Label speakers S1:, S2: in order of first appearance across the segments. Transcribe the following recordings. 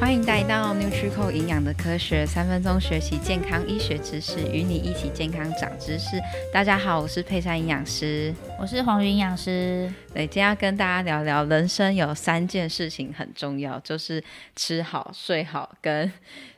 S1: 欢迎来到 Nutrico 营养的科学，三分钟学习健康医学知识，与你一起健康长知识。大家好，我是佩珊营养师。
S2: 我是黄云养师，
S1: 对，今天要跟大家聊聊，人生有三件事情很重要，就是吃好、睡好跟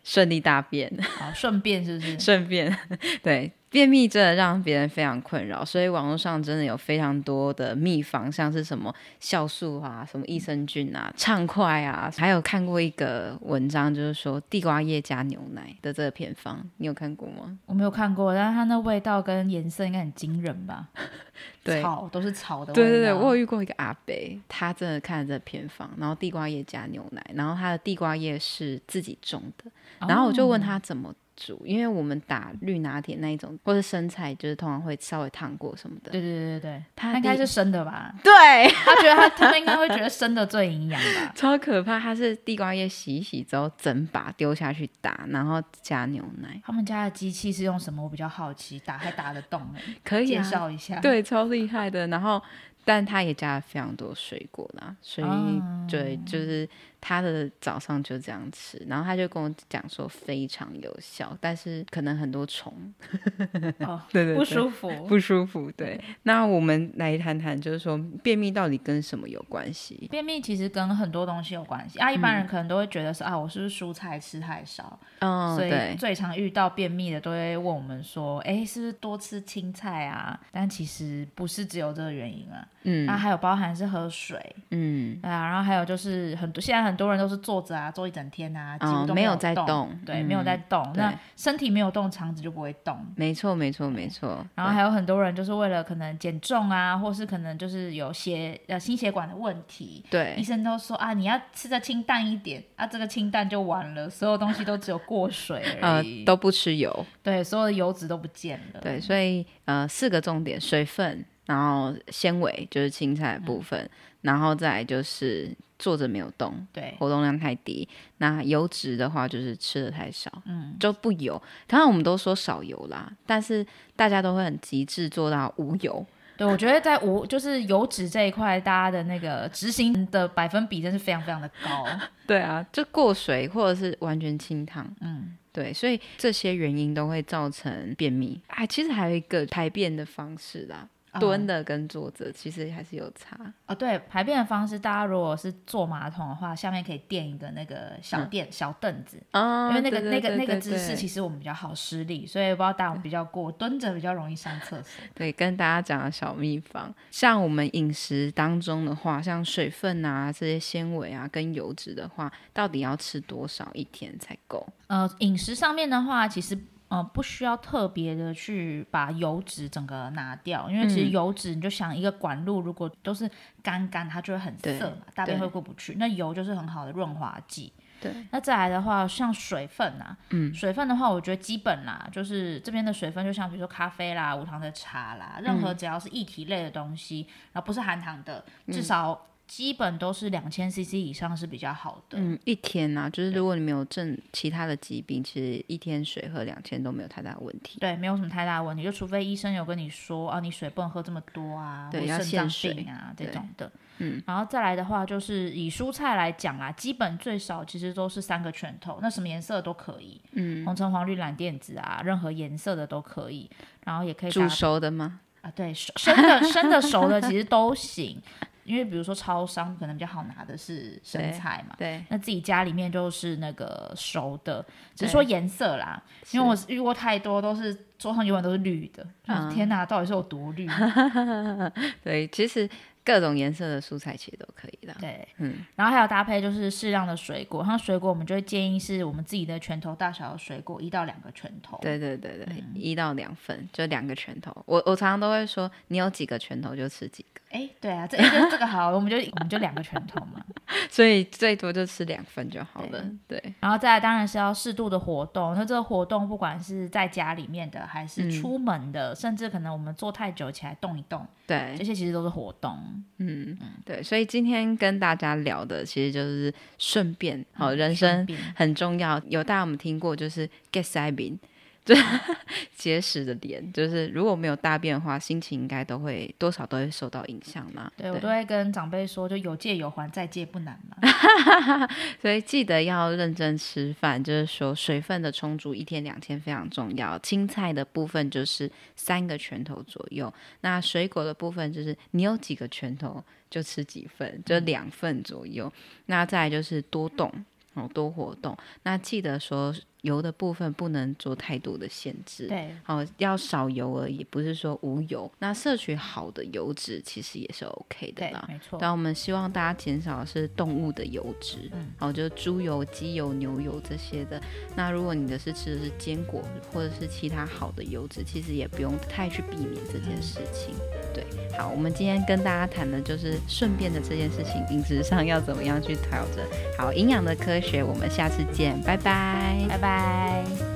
S1: 顺利大便。
S2: 好，顺便是不 是？
S1: 顺便，对，便秘真的让别人非常困扰，所以网络上真的有非常多的秘方，像是什么酵素啊、什么益生菌啊、畅快啊，还有看过一个文章，就是说地瓜叶加牛奶的这个偏方，你有看过吗？
S2: 我没有看过，但是它那味道跟颜色应该很惊人吧？
S1: 对。
S2: 草都是草的味道。
S1: 对对对，我有遇过一个阿伯，他真的看了这个偏方，然后地瓜叶加牛奶，然后他的地瓜叶是自己种的，
S2: 哦
S1: 然后我就问他怎么煮，因为我们打绿拿铁那一种，或是生菜，就是通常会稍微烫过什么的。
S2: 对对对对对，
S1: 他
S2: 它应该
S1: 第
S2: 是生的吧？
S1: 对，？
S2: 他觉得他他们应该会觉得生的最营养 吧
S1: 超可怕！它是地瓜叶洗一洗之后，整把丢下去打，然后加牛奶，
S2: 他们家的机器是用什么？我比较好奇，打还打得动哎、
S1: 可以
S2: 介
S1: 啊，
S2: 绍一下。，
S1: 对，超厉害的。然后，但它也加了非常多水果啦，所以、对，就是他的早上就这样吃，然后他就跟我讲说非常有效，但是可能很多虫，
S2: 哦，
S1: 对对
S2: 不舒服。
S1: 不舒服。对，那我们来谈谈，就是说便秘到底跟什么有关系？
S2: 便秘其实跟很多东西有关系啊，一般人可能都会觉得说、啊，我是不是蔬菜吃太少？
S1: 嗯，
S2: 所以
S1: 对，
S2: 最常遇到便秘的都会问我们说，哎，是不是多吃青菜啊？但其实不是只有这个原因啊，
S1: 嗯
S2: 那还有包含是喝水，
S1: 嗯，
S2: 对啊，然后还有就是很多现在很多人都是坐着啊，坐一整天啊，几乎
S1: 哦
S2: 都
S1: 没有
S2: 有
S1: 在
S2: 动
S1: 动，嗯
S2: 对，没有在动，
S1: 对
S2: 那身体没有动，肠子就不会动。
S1: 没错，没错，没错。
S2: 然后还有很多人就是为了可能减重啊，或是可能就是有些呃心血管的问题，
S1: 对
S2: 医，生都说啊，你要吃的清淡一点，啊，这个清淡就完了，所有东西都只有过水而
S1: 呃
S2: 已，，嗯
S1: 都不吃油，
S2: 对，所有的油脂都不见了，
S1: 对，所以呃四个重点：水分，然后纤维就是青菜的部分，
S2: 嗯
S1: 然后再来就是坐着没有动，
S2: 对
S1: 活动量太低。那油脂的话就是吃的太少，
S2: 嗯，
S1: 就不油。当然我们都说少油啦，但是大家都会很极致做到无油。
S2: 对，我觉得在无就是油脂这一块，大家的那个执行的百分比真是非常非常的 高。
S1: 对啊，就过水或者是完全清汤。
S2: 嗯，
S1: 对，所以这些原因都会造成便秘。哎，其实还有一个排便的方式啦，蹲的跟坐着其实还是有差。
S2: 哦，对，排便的方式，大家如果是坐马桶的话，下面可以垫一个那个小垫、小凳子，
S1: 嗯啊
S2: 哦因为那个、
S1: 对
S2: 那个
S1: 对
S2: 那个
S1: 对
S2: 姿势
S1: 对
S2: 其实我们比较好施力，所以不知道大家有没有比较过蹲着比较容易上厕所。
S1: 对，跟大家讲的小秘方，像我们饮食当中的话，像水分啊、这些纤维啊跟油脂的话，到底要吃多少一天才够？
S2: 呃，饮食上面的话，其实呃不需要特别的去把油脂整个拿掉，因为其实
S1: 嗯
S2: 油脂你就想一个管路如果都是干干，它就会很
S1: 对
S2: 涩嘛，大便
S1: 对
S2: 会过不去。那油就是很好的润滑剂。
S1: 对，
S2: 那再来的话，像水分啊，嗯，水分的话，我觉得基本啦，就是这边的水分，就像比如说咖啡啦、无糖的茶啦，任
S1: 嗯
S2: 何只要是液体类的东西，然后不是含糖的，至少基本都是两千 CC 以上是比较好的。
S1: 嗯，一天啊，就是如果你没有症其他的疾病，其实一天水喝两千都没有太大的问题。
S2: 对，没有什么太大的问题，就除非医生有跟你说啊，你水不能喝这么多啊，
S1: 对
S2: 或
S1: 要
S2: 者
S1: 限
S2: 肾
S1: 水
S2: 脏病啊这
S1: 对
S2: 种的。嗯，然后再来的话，就是以蔬菜来讲啦，基本最少其实都是三个拳头，那什么颜色都可以，嗯，红橙黄绿蓝靛紫啊，任何颜色的都可以，然后也可以打
S1: 煮熟的吗？
S2: 啊，对，熟生的、生的、熟的其实都行，因为比如说超商可能比较好拿的是
S1: 对
S2: 生菜嘛，
S1: 对，
S2: 那自己家里面就是那个熟的，只
S1: 对
S2: 是说颜色啦，因为我遇过太多都是桌上永远都是绿的，
S1: 嗯
S2: 就是天哪，到底是有多 绿？
S1: 对，其实各种颜色的蔬菜其实都可以的。
S2: 对，
S1: 嗯，
S2: 然后还有搭配就是适量的水果，像水果我们就会建议是我们自己的拳头大小的水果，一到两个拳头。
S1: 对对对对，
S2: 嗯
S1: 一到两份，就两个拳头。我我常常都会说，你有几个拳头就吃几个，
S2: 哎，对啊，这一个这个好，我们就我们就两个拳头嘛。
S1: 所以最多就吃两份就好了。对
S2: 然后再来当然是要适度的活动，那这个活动不管是在家里面的还
S1: 嗯
S2: 是出门的，甚至可能我们坐太久起来动一动，
S1: 对，
S2: 这些其实都是活动。
S1: 嗯，对，所以今天跟大家聊的其实就是顺便，好、人
S2: 嗯顺
S1: 生
S2: 便
S1: 很重要。有大家有没有听过，就是 get 塞饼，结实的脸，就是如果没有大变的话，心情应该都会多少都会受到影响嘛。
S2: 对我都会跟长辈说，就有借有还，再借不难嘛。
S1: 所以记得要认真吃饭，就是说水分的充足，一天两天非常重要。青菜的部分就是三个拳头左右，那水果的部分就是你有几个拳头就吃几份，
S2: 嗯
S1: 就两份左右。那再来就是多动哦，多活动。那记得说油的部分不能做太多的限制，
S2: 对，
S1: 好、要少油而已，不是说无油。那摄取好的油脂其实也是 OK 的
S2: 对
S1: 啦，。
S2: 没错。
S1: 但我们希望大家减少的是动物的油脂，
S2: 嗯
S1: 好、就是猪油、鸡油、牛油这些的。那如果你的是吃的是坚果或者是其他好的油脂，其实也不用太去避免这件事情。
S2: 嗯
S1: 对，好，我们今天跟大家谈的就是顺便的这件事情，饮食上要怎么样去调整。好，营养的科学，我们下次见，拜拜
S2: 拜拜。